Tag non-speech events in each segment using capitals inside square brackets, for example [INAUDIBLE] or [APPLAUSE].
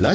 ラ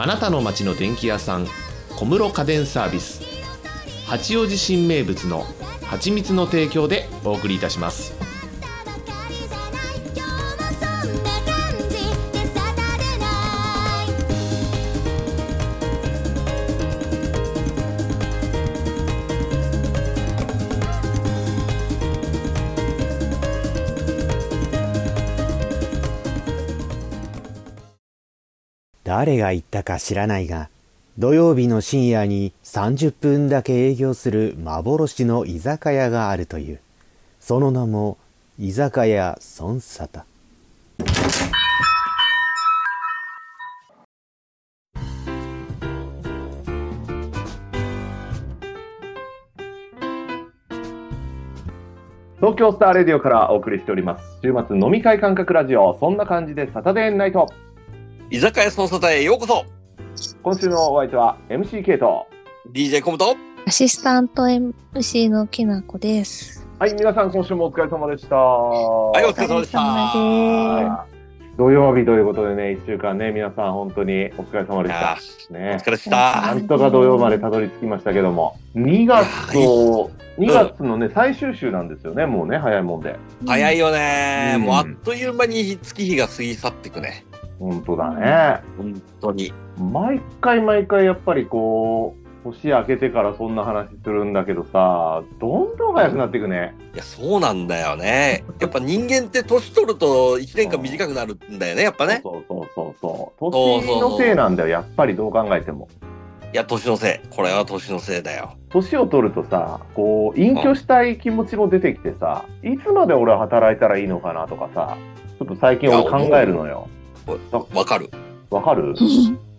あなたの街の電気屋さん小室家電サービス八王子新名物の蜂蜜の提供でお送りいたしますたばかりじゃない今日もそんな感じでサタデーナイト誰が言ったか知らないが、土曜日の深夜に30分だけ営業する幻の居酒屋があるという。その名も、居酒屋孫沙汰。東京スターレディオからお送りしております週末飲み会感覚ラジオそんな感じでサタデーナイト居酒屋捜査隊へようこそ今週のお相手は MCK と DJ コムとアシスタント MC のきなこです。はい皆さん今週もお疲れ様でしたはいお疲れ様でしたお疲れ様土曜日ということでね、1週間ね、皆さん本当にお疲れ様であしーおた。ね疲、れっしたなんとか土曜までたどり着きましたけども、2月と、2月のね、最終週なんですよね、もうね、早いもんで。早いよねうんもうあっという間に月日が過ぎ去っていくね本当だね。本当に毎回毎回やっぱりこう、年明けてからそんな話するんだけどさ、どんどん早くなっていくね。いやそうなんだよねやっぱ人間って年取ると1年間短くなるんだよねやっぱねそうそうそうそう。そう年のせいなんだよ、やっぱりどう考えても。いや年のせいこれは年のせいだよ年を取るとさこう隠居したい気持ちも出てきてさいつまで俺は働いたらいいのかなとかさちょっと最近俺考えるのよわかるわかる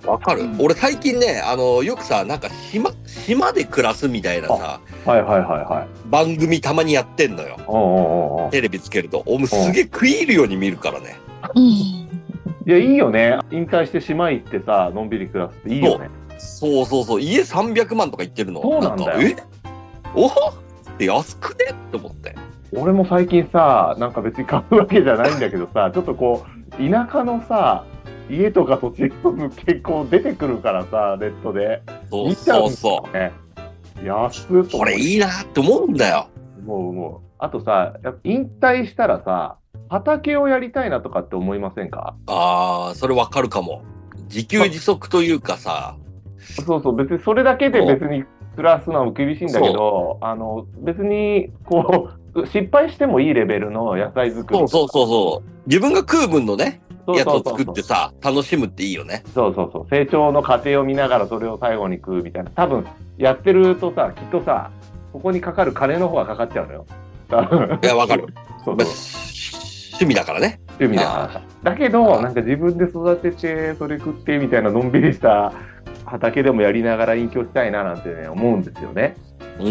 わかる俺最近ねあのよくさなんか島島で暮らすみたいなさはいはいはいはい番組たまにやってんのようんうんうんうんテレビつけるとおむすげえ食い入るように見るからねいやいいよね引退して島行ってさのんびり暮らすっていいよねそうそうそう、家300万とか言ってるの。そうなんだよかえおっって安くねって思って。俺も最近さなんか別に買うわけじゃないんだけどさち [LAUGHS] ょっとこう田舎のさ家とか土地結構出てくるからさネットでそう見ちゃそううそね安っと思ってう。これいいなって思うんだよ。もう思う。あとさ、やっぱ引退したらさ、畑をやりたいなとかって思いませんかああ、それわかるかも。自給自足というかさ、そうそう、別にそれだけで別に暮らすのは厳しいんだけど、あの、別に、こう、失敗してもいいレベルの野菜作り。そうそうそうそう。自分が食う分のね、そうやつそうをそう作ってさ、楽しむっていいよね。そうそうそう。成長の過程を見ながらそれを最後に食うみたいな。多分、やってるとさ、きっとさ、ここにかかる金の方がかかっちゃうのよ。多分いや、わかる。そうまあそう。趣味だからね。ってみたいな話だけどなんか自分で育ててそれ食ってみたいなのんびりした畑でもやりながら隠居したいななんてね思うんですよねう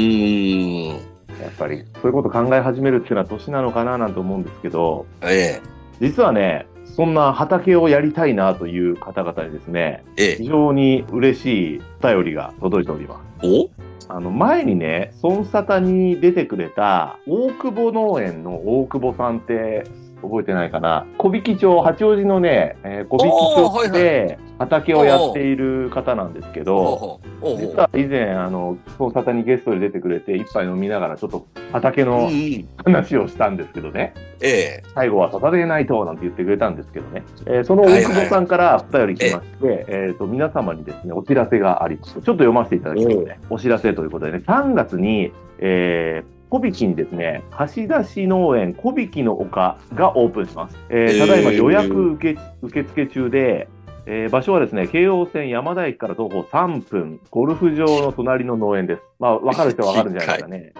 ーん。やっぱりそういうこと考え始めるっていうのは年なのかななんて思うんですけどええ、実はねそんな畑をやりたいなという方々にですねええ。非常に嬉しいお便りが届いておりますおあの前にね孫沙汰に出てくれた大久保農園の大久保さんって覚えてないかな小引町八王子のね、えー小お引ー町はでい畑をやっている方なんですけどおうおうおう実は以前あの孫沙汰にゲストで出てくれて一杯飲みながらちょっと畑うんうのん。話をしたんですけどねえ [LAUGHS] え。最後は「サタデーナイト」なんて言ってくれたんですけどね、えーその大久保さんからお便り来まして、えー、と皆様にですねお知らせがありますちょっと読ませていただきますねお知らせということでね3月に、えー小引にですね、貸し出し農園小引の丘がオープンします。えーただいま予約受け受付中で、えー場所はですね、京王線山田駅から徒歩3分、ゴルフ場の隣の農園です。まあ、わかる人はわかるんじゃないですかね。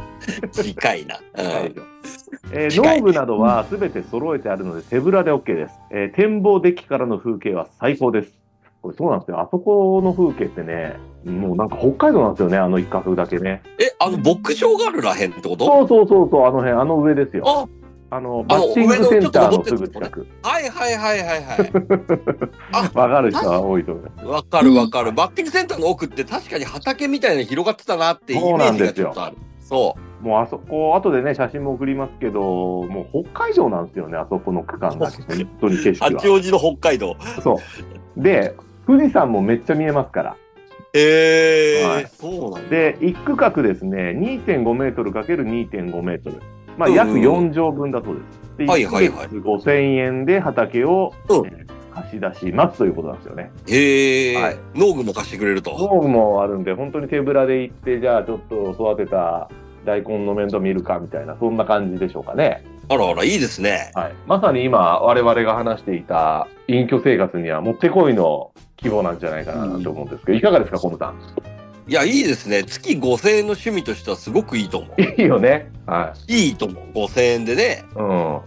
近いな。うんはいえー近い農具などはすべて揃えてあるので手ぶらで OK です、えー展望デッキからの風景は最高ですこれそうなんですよ。あそこの風景ってね、もうなんか北海道なんですよね、あの一角だけね。え、あの、牧場があるらへんってことそうそうそうそう、あの辺、あの上ですよ。ああの、あバのッティングセンタ上ーののちょすっとぐ登ってる近く。はいはいはいはいはい。わかる人は多いと思います。わかるわ [LAUGHS] かる。バッティングセンターの奥って確かに畑みたいなの広がってたなってイメージがちょっとある。そう。もうあそこ、後でね、写真も送りますけど、もう北海道なんですよね、あそこの区間だけ。本当に景色八は。王子の北海道。そう。で、富士山もめっちゃ見えますから。へえーはいそうなんだ。で、一区画ですね、2.5メートル ×2.5 メートル。まうあ、んうん約4畳分だそうです。で、はい1ヶはい月はい5000円で畑を、うんえー貸し出しますということなんですよね。へえーはい農具も貸してくれると。農具もあるんで、本当に手ぶらで行って、じゃあちょっと育てた大根の面倒見るかみたいな、そんな感じでしょうかね。あらあら、いいですね。はい。まさに今、我々が話していた隠居生活にはもってこいの規模なんじゃないかなと思うんですけど、いかがですか、コムさん。 [LAUGHS] いや、いいですね。月5000円の趣味としてはすごくいいと思う。いいよね。はいい。いと思う。5000円でね。う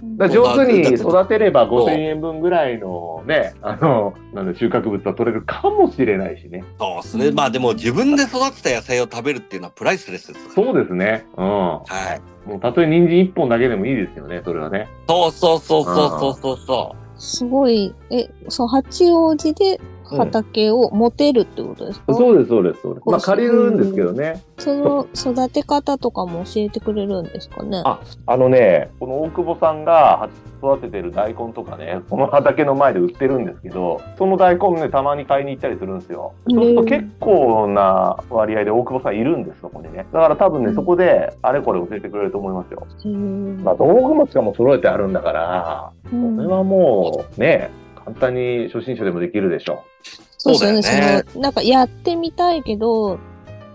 ん、だから上手に育てれば5000円分ぐらいのね、あの、なんで収穫物は取れるかもしれないしね。そうですね。まあでも自分で育てた野菜を食べるっていうのはプライスレスです。そうですね。うん。もはい。うたとえ人参1本だけでもいいですよね、それはね。そうそうそうそうそうそうそすごい。え、そう、八王子で畑を持てるってことですか、そうです、そうです、そうです。まあそう借りるんですけどね。その育て方とかも教えてくれるんですかねああのね、この大久保さんが育ててる大根とかね、この畑の前で売ってるんですけど、その大根ね、たまに買いに行ったりするんですよ。へーそうすると結構な割合で大久保さんいるんです、そこにね。だから多分ね、そこであれこれ教えてくれると思いますよ。へーまあ、道具もしかも揃えてあるんだから、うこんれはもうね、簡単に初心者でもできるでしょそうですそうだよねね。その、なんかやってみたいけど、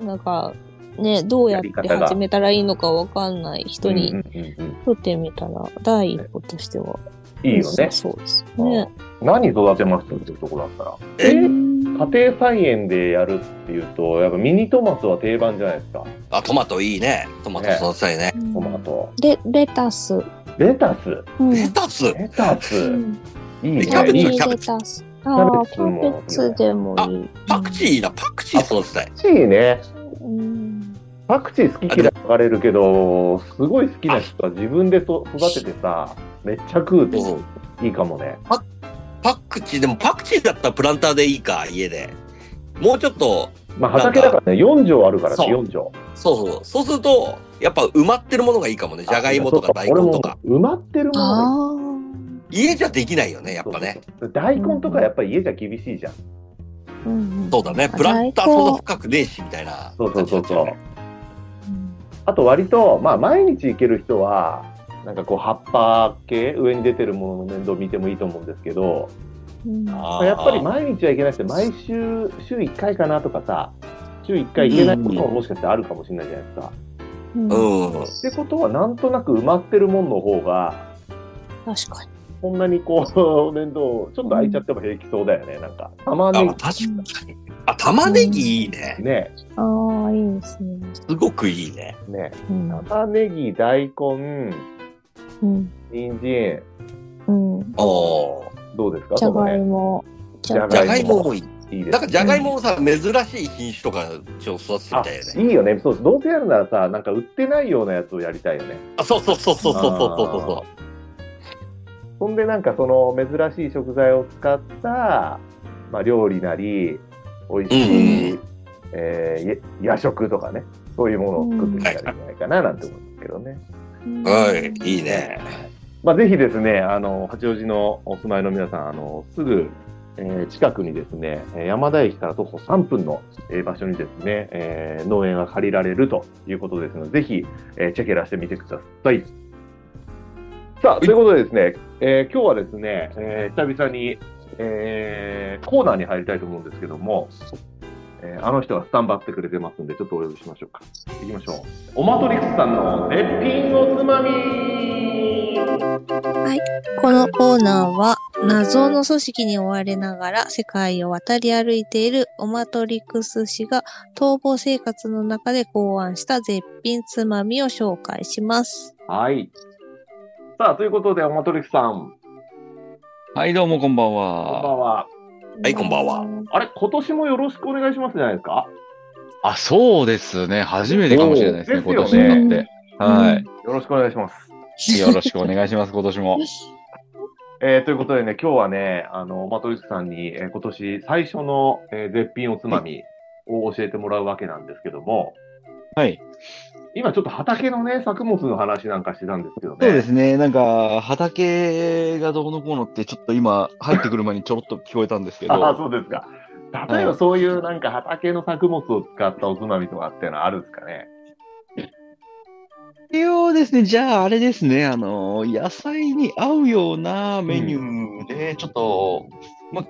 なんか、ね、どうやっやりて方が。始めたらいいのかわかんないう人にうんうんうんとってみたら、第一歩としては。うんいいよね。そうですね。何育てますっていうところだったら。ええうん家庭菜園でやるっていうと、やっぱミニトマトは定番じゃないですか。う。あ、トマトいいね。トマト育てたいね。トマト。で、レタス。レタス。うんレタス。レタス。うんいいね。キャベツいミいねニキャベレツタス。ああ、キキャャベベツもツでもいい。パクチーだ。パクチー育てたい。パクチーね。うんパクチー好き嫌い分かれるけど、すごい好きな人は自分でと育ててさ、めっちゃ食うといいかもね。パクチー、でもパクチーだったらプランターでいいか、家で。もうちょっと、まあ畑だからね、4畳あるからね、そう4畳。そうそう。そうすると、やっぱ埋まってるものがいいかもね。じゃがいもとか大根とか。。俺も埋まってるものがいいあ家じゃできないよね、やっぱね。。そうそう大根とかやっぱり家じゃ厳しいじゃん。あ。うんそうだね。プランターそんな深くねえし、みたいな。そうそうそうそう。うんあと割と、まあ毎日行ける人は、なんかこう葉っぱ系、上に出てるものの面倒見てもいいと思うんですけど、うんあまーあやっぱり毎日は行けなくて、毎週、週1回かなとかさ、週1回行けないことももしかしたらあるかもしれないじゃないですか。うんうん。ってことは、なんとなく埋まってるものの方が、確かに。こんなにこう、面倒、ちょっと空いちゃっても平気そうだよね、なんか。玉あ、ね確かに。あ、玉ねぎいいねぎ。。ね、ああ、いいですね。すごくいいね。ね。うん玉ねぎ、大根、うん。人参、うん。おーどうですかじゃがいこも。じゃじゃががいももいい。の辺いいですねなんかじゃがいももさ、珍しい品種とかちょっと育ててみあたいよね。いいよね。そう、どうせやるならさ、なんか売ってないようなやつをやりたいよね。あ、そうそうそうそうそうそうそうそそんでなんかその珍しい食材を使った、まあ料理なり、美味しい、うえー夜食とかね、そういうものを作ってみたらいいんじゃないかななんて思うんですけどね。う。はい、いいね。まあ、ぜひですね、あの、八王子のお住まいの皆さん、あの、すぐ、えー近くにですね、えー山田駅から徒歩3分の、えー場所にですね、えー農園が借りられるということですので、ぜひ、えーチェケラしてみてください。さあ、ということでですね、えー今日はですね、えー久々に、えーコーナーに入りたいと思うんですけども、えーあの人がスタンバってくれてますんで、ちょっとお呼びしましょうか。行きましょう。オマトリックスさんの絶品おつまみこのコーナーは、謎の組織に追われながら世界を渡り歩いているオマトリクス氏が逃亡生活の中で考案した絶品つまみを紹介します。はい。さあ、ということで、オマトリックさん、はい、どうもこんばんこんばは。んは。はい、こんばんは。あれ、今年もよろしくお願いしますじゃないですか。あ、そうですね。初めてかもしれないですね、おー今年になって。はよろしくお願いします。い。よろしくお願いします、今年も。えーということでね、今日はね、あの、マトリスクさんに、えー今年最初の、えー絶品おつまみを教えてもらうわけなんですけども、はい。今ちょっと畑のね、作物の話なんかしてたんですけどね。そうですね。なんか、畑がどうのこうのって、ちょっと今、入ってくる前にちょろっと聞こえたんですけ [LAUGHS] ああ、ど、そうですか。例えばそういうなんか畑の作物を使ったおつまみとかっていうのはあるんですかね。要ですね、じゃあ、あれですね、あの、野菜に合うようなメニューで、ちょっと、ま、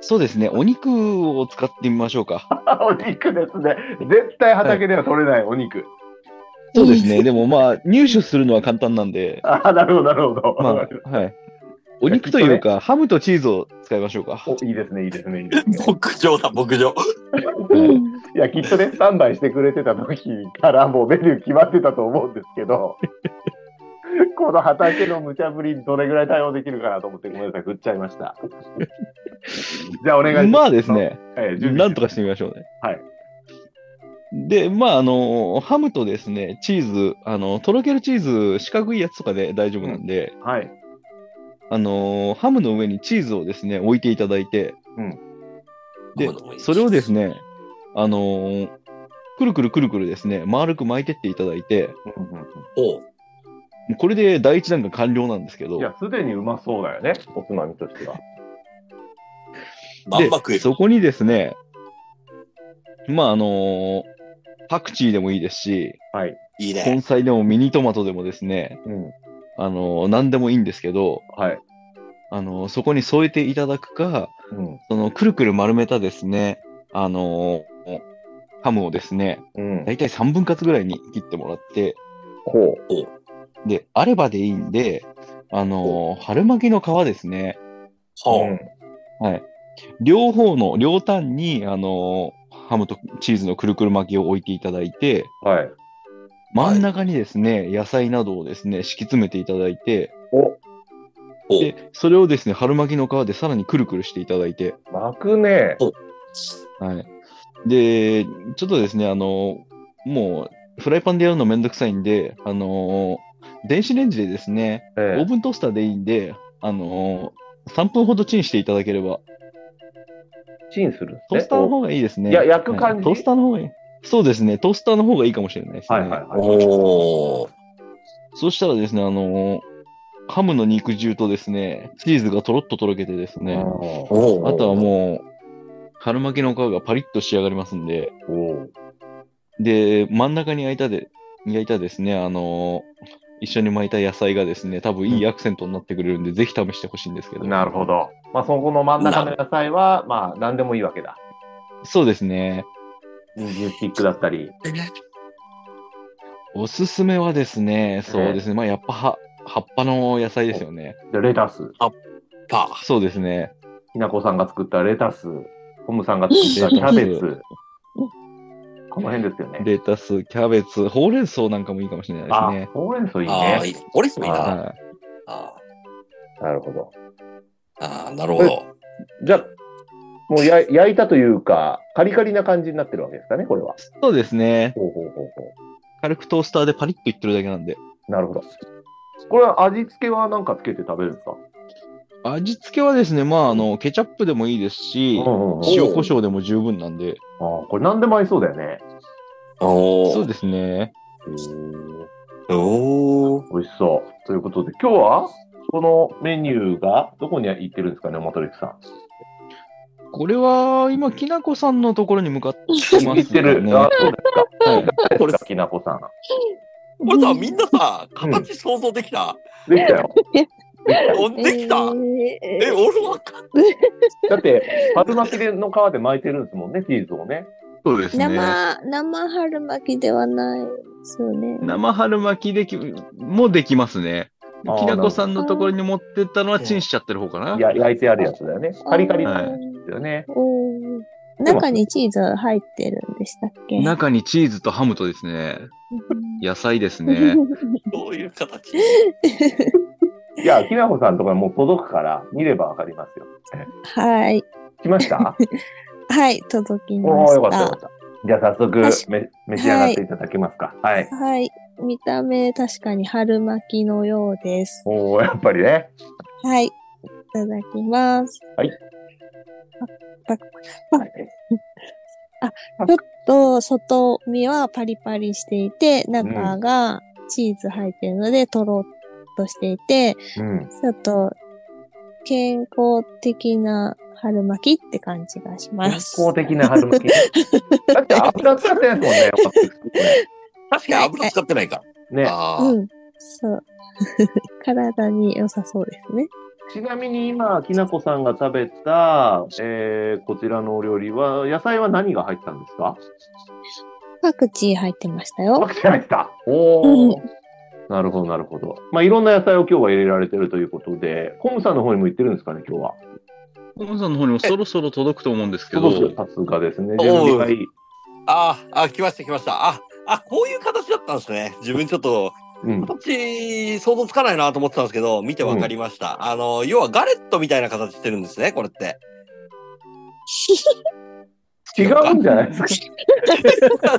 そうですね、お肉を使ってみましょうか。あお肉ですね。絶対畑では取れないお肉。そうですね、でもまあ、入手するのは簡単なんで、ああ、なるほど、なるほど。まあ、はい。お肉というか、ハムとチーズを使いましょうか。 [LAUGHS] おいいですね、いいですね、いい [LAUGHS] ですね。牧場だ、牧場。はいいや、きっとね、スタンバイしてくれてた時からもうメニュー決まってたと思うんですけど、 [LAUGHS] この畑の無茶ぶりにどれぐらい対応できるかなと思って、ごめんなさい、振っちゃいました。 [LAUGHS] じゃあ、お願いします。まあですね、はい、準備なんとかしてみましょうね。はい。で、まあ、あの、ハムとですね、チーズ、あの、とろけるチーズ、四角いやつとかで大丈夫なんで、はい。あの、ハムの上にチーズをですね、置いていただいて、うんで、それをですね、あの、くるくるくるくるですね、丸く巻いてっていただいて、うんうんおうもうこれで第一段階完了なんですけうどんい、や、すでにうまそうだよね、おつまみとしては。バンバクで、そこにですね、まあ、あの、パクチーでもいいですし、はい。いいね。根菜でもミニトマトでもですね、うん。あの、何でもいいんですけど、はい。あの、そこに添えていただくか、うん。その、くるくる丸めたですね、あの、ハムをですね、うんだ。いたい3分割ぐらいに切ってもらって、こう。で、あればでいいんで、あの、春巻きの皮ですね、ほうんう。両方の、両端に、あの、ハムとチーズのくるくる巻きを置いていただいて、はい。真ん中にですね、野菜などをですね、敷き詰めていただいて、おうで、それをですね、春巻きの皮でさらにくるくるしていただいて、お、巻くね。はい。で、ちょっとですね、あの、もう、フライパンでやるのめんどくさいんで、あの、電子レンジでですね、オえーブントースターでいいんで、あの、3分ほどチンしていただけれえ、ば、チンするんですね。トースターの方がいいですね。いや焼く感じはいトースターの方がいい。そうですね、トースターの方がいいかもしれないですおね。はいはいはい。おうそうしたらですね、あの、ハムの肉汁とですね、チーズがとろっととろけてですね、おーおうあとはもう、春巻きの皮がパリッと仕上がりますんで、おーで、真ん中に焼いたで、焼いたですね、あの一緒に巻いた野菜がですね、多分いいアクセントになってくれるんで、ぜひ試してほしいんですけど。なるほど。まあ、そこの真ん中の野菜は、まあ、何でもいいわけだ。そうですね。ニンジンスティックだったり。おすすめはですね、そうですね、まあやっぱは葉っぱの野菜ですよね。でレタス。パそうですね。ひなこさんが作ったレタス。トムさんが作ったキャベツ。この辺ですよね。レタス、キャベツ、ほうれん草なんかもいいかもしれあないですね、。ほうれん草いいー。ああ、いね。い。俺もいいな。は。。あなるほど。ーあー、なるほど。じゃあ、もうや焼いたというか、カリカリな感じになってるわけですかね、これはいそうですね。ほうほうほうほ軽くトースターでパリッといってるだけなんで。う。なるほど。これは味付けは何かつけて食べるんですか味付けはですね、まあ、あの、ケチャップでもいいですし、うんうんうん。あ塩コショウでも十分なんで。ーこれ何でも合いそうだよね。おそううですね。おう美味しそう。ということで、今日はこのメニューがどこに行ってるんですかね、マトリックさこれは、今、きなこさんのところに向かってます、ん。ね。行ってる。あ、そうですか。はいこれか、きなこさん。これさ、みんなさ、形想像できた。できた [LAUGHS] よ。おできた。え、俺わかんだって、春巻きでの皮で巻いてるんですもんね、チーズをね。そうですね。生、生春巻きではないですよね。生春巻きできもできますね。あーきなこさんのところに持ってったのはチンしちゃってる方かな。や焼いてあるやつだよね。カリカリはなんいですよね。おー中にチーズ入ってるんでしたっけ中にチーズとハムとです [LAUGHS] ね、野菜ですね。どういう形いや、きなこさんとかもう届くから、見ればわかりますよ。 [LAUGHS] はい。 [LAUGHS] 来ましたはい、届きおまおしよかったよかた。った。じゃあ早速よしめ、召し上がっていただけますか。はい。はい。見た目、確かに春巻きのようです。おおやっぱりね。はい。いただきます。はいあ。パクパクあ、ちょっと外身はパリパリしていて、中がチーズ入ってるので、とろっとしていて、うん。ちょっと健康的な春巻きって感じがしま健す。康的な春巻き。だって油使ってないですもんね。確かに油使ってないか。ね。あーうん。そう。体に良さそうですね。ちなみに今、きなこさんが食べた、えー、こちらのお料理は、野菜は何が入ってたんですかパクチー入ってましたよパ。クチー入ってた。おうお。なるほど、なるほど。まあ、いろんな野菜を今日は入れられてるということで、コムさんの方にも行ってるんですかね、今日は。コムさんの方にもそろそろ届くと思うんですけすど、ごくさすがですね。おー準備がいい。あーあー、来ました来ました。ああ、こういう形だったんですね。自分ちょっと、うん。形想像つかないなと思ってたんですけど、見てわかりました。あの、要はガレットみたいな形してるんですね、これ [LAUGHS] って。違うんじゃないですか。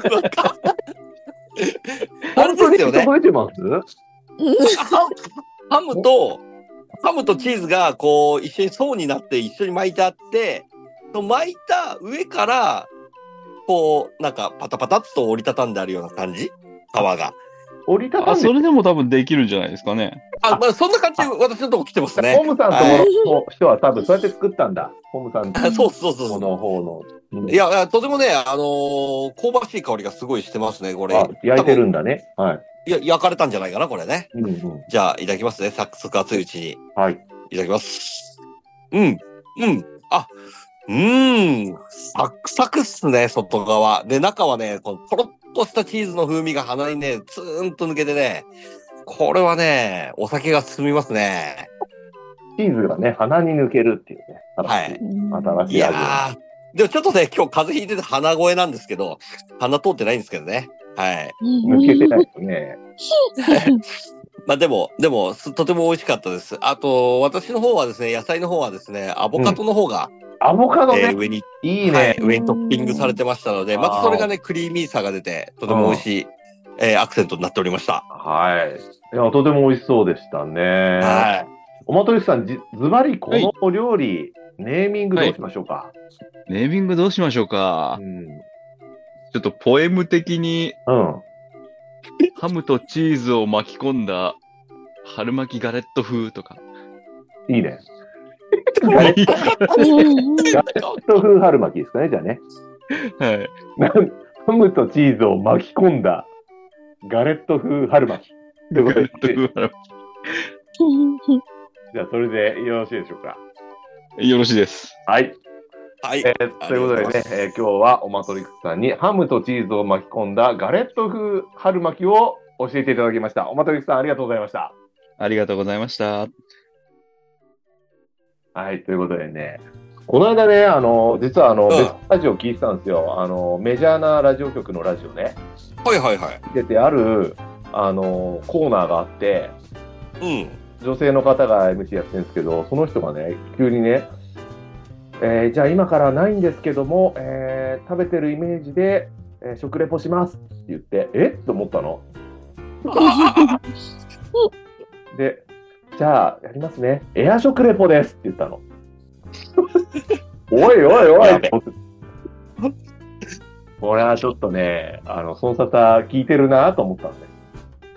あれ本当でにすよね。届いてますハムハムと、ハムとチーズがこう一緒に層になって一緒に巻いてあって、その巻いた上から、こう、なんかパタパタっと折りたたんであるような感じ皮が。折りたたあんでそれでも多分できるんじゃないですかね。あ、まあ、そんな感じで私のとこ来てますホーね。ムさんとこの人は多分そうやって作ったんだ。ホームさんあ [LAUGHS] そうそうそうこその方の。うんう。いや、いやとてもね、あのー香ばしい香りがすごいしてますね、これ。あ焼いてるんだね。はい。いや、焼かれたんじゃないかな、これね。うんうん。じゃあ、いただきますね。早速熱いうちに。はい。いただきます。うん、うん、あ、うーん、サクサクっすね、外側。で、中はね、このポロッとしたチーズの風味が鼻にね、ツーンと抜けてね、これはね、お酒が進みますね。チーズがね、鼻に抜けるっていうね。はい。新しいいや味を。ー、でもちょっとね、今日風邪ひいてて鼻声なんですけど、鼻通ってないんですけどね。はい。うん抜けてないですね。まあでも、でも、すとても美味しかったです。あと、私の方はですね、野菜の方はですね、アボカドの方が、アボカドえーね。上にいいはねい。、上にトッピングされてましたので、うんまたそれがね、クリーミーさが出て、とても美味しい、えーアクセントになっておりました。はい。いや、とても美味しそうでしたね。はい。おまとりさん、じずばりこのお料理、ネーミングどうしましょうか。ネーミングどうしましょうかう。ん。ちょっとポエム的にうん。ハムとチーズを巻き込んだ春巻きガレット風とか。いい [LAUGHS] ね。ガレッうんト風春巻きですかね、じゃあね。はい。なんハムとチーズを巻き込んだガレット風春 [LAUGHS] 巻き。ということガレでット風春巻じゃあそれでよろしいでしょうか。き。よろしいです。はい。はい。えーということでね、えー今日はオマトリックスさんにハムとチーズを巻き込んだガレット風春巻きを教えていただきました。オマトリックスさんありがとうございました。ありがとうございました。はい、ということでね、この間ね、あの実はあの、うん別のラジオ聞いてたんですよあの、メジャーなラジオ局のラジオね、はいはいはい。出てあるあのコーナーがあって、うん。女性の方が MC やってるんですけど、その人がね、急にね、えーじゃあ今からないんですけども、えー食べてるイメージで、えー食レポしますって言って、えっと思っ [LAUGHS] たの。で、じゃあやりますね、エア食レポですって言ったの。 [LAUGHS] おいおいおやいべこれはちょっとね、あの、その沙汰聞いてるなと思ったんで、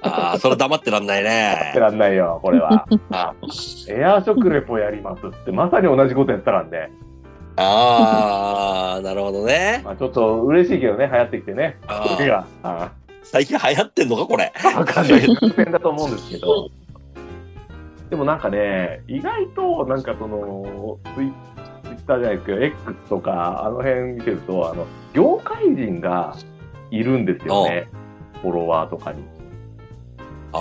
あ [LAUGHS] あ、それ黙ってらんないやってね。らんないよ、これは。あエア食レポやりますって、まさに同じことやってたんで。あー、なるほどね。まあ、ちょっと嬉しいけどね、流行ってきてね。あこれーが。あ最近流行ってんのか、これ。あわかんない作戦だと思うんですけど。 [LAUGHS] でもなんかね、意外となんかその、ツイツイッターじゃないですけど、X とか、あの辺見てると、あの、業界人がいるんですよね。フォロワーとかに。あ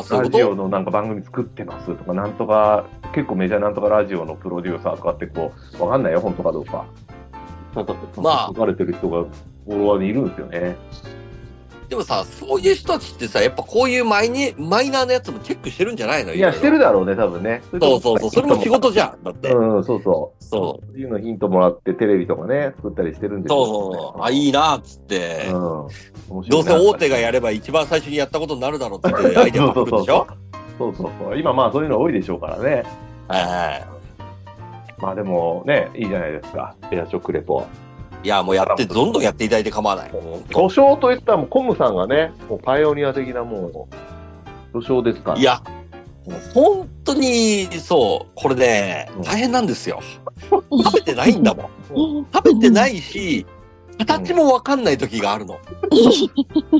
あ、そういラうジこオのなんか番組作ってますとか、なんとか、結構メジャーなんとかラジオのプロデューサーとかってこう、わかんないよ、本当かどうか。まあ書かれてる人がフォロワーにいるんですよね。とでもさ、そういう人たちってさ、やっぱこういうマイニマイナーなやつもチェックしてるんじゃないのいや、してるだろうね、多分ね。そうそうそう。それも仕事じゃん。だって。うん、そうそう。。そういうのヒントもらって、テレビとかね、作ったりしてるんですそうそうそう。あ、いいなっつって。うん。面白いなどうせ大手がやれば一番最初にやったことになるだろうってアイデアもあるでしょ [LAUGHS] そうそうそう。今、まあ、そういうの多いでしょうからね。はいはまあ、でもね、いいじゃないですか。エア食レポ。い。いや、もうやって、どんどんやっていただいて構わない。巨匠といったら、もうコムさんがね、もうパイオニア的なもう、巨匠ですから。いや、もう本当に、そう、これねうん、大変なんですよ。食べてないんだもん。食べてないし、形もわかんない時があるの。こ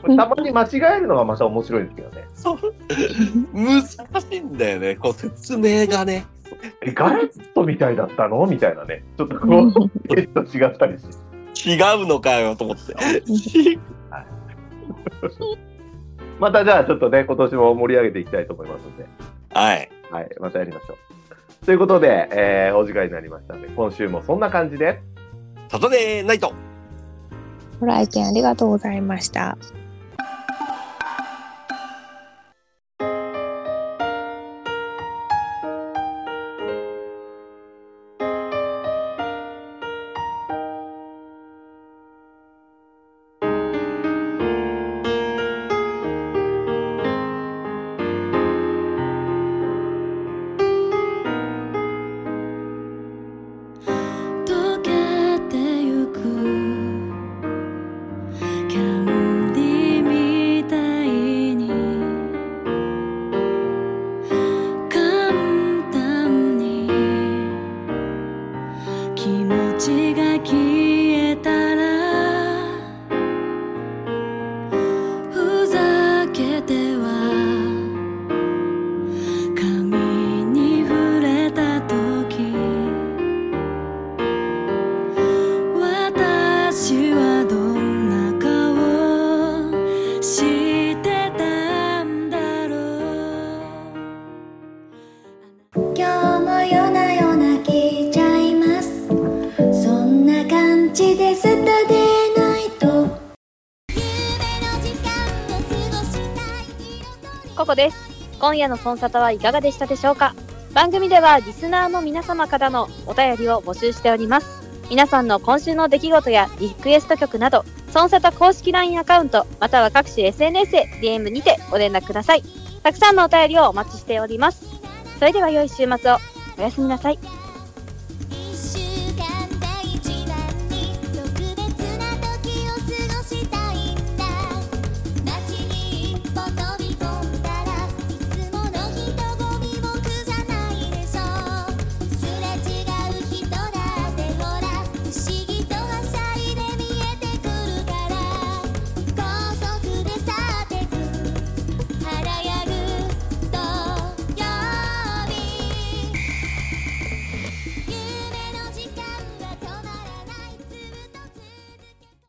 れたまに間違えるのがまた面白いですけどね。そう。難しいんだよね。こう説明がね。え、ガレットみたいだったのみたいなね。ちょっと [LAUGHS] こう、テスト違ったりして。違うのかよと思って。違うまたじゃあ、ちょっとね、今年も盛り上げていきたいと思いますので。はい。はい、またやりましょう。ということで、えーお時間になりましたので、今週もそんな感じで、サタデーナイト。ご来店ありがとうございました。溶けてゆくキャンディーみたいに簡単に気持ちが消えたらふざけては髪に触れた時私はどんな顔してたんだろう今日も夜な夜な聞いちゃいますそんな感じでスタデーナイトココです。今夜のコンサートはいかがでしたでしょうか番組ではリスナーの皆様からのお便りを募集しております。皆さんの今週の出来事やリクエスト曲など、ソンサタ公式 LINE アカウント、または各種 SNS へ DM にてご連絡ください。たくさんのお便りをお待ちしております。それでは良い週末を。おやすみなさい。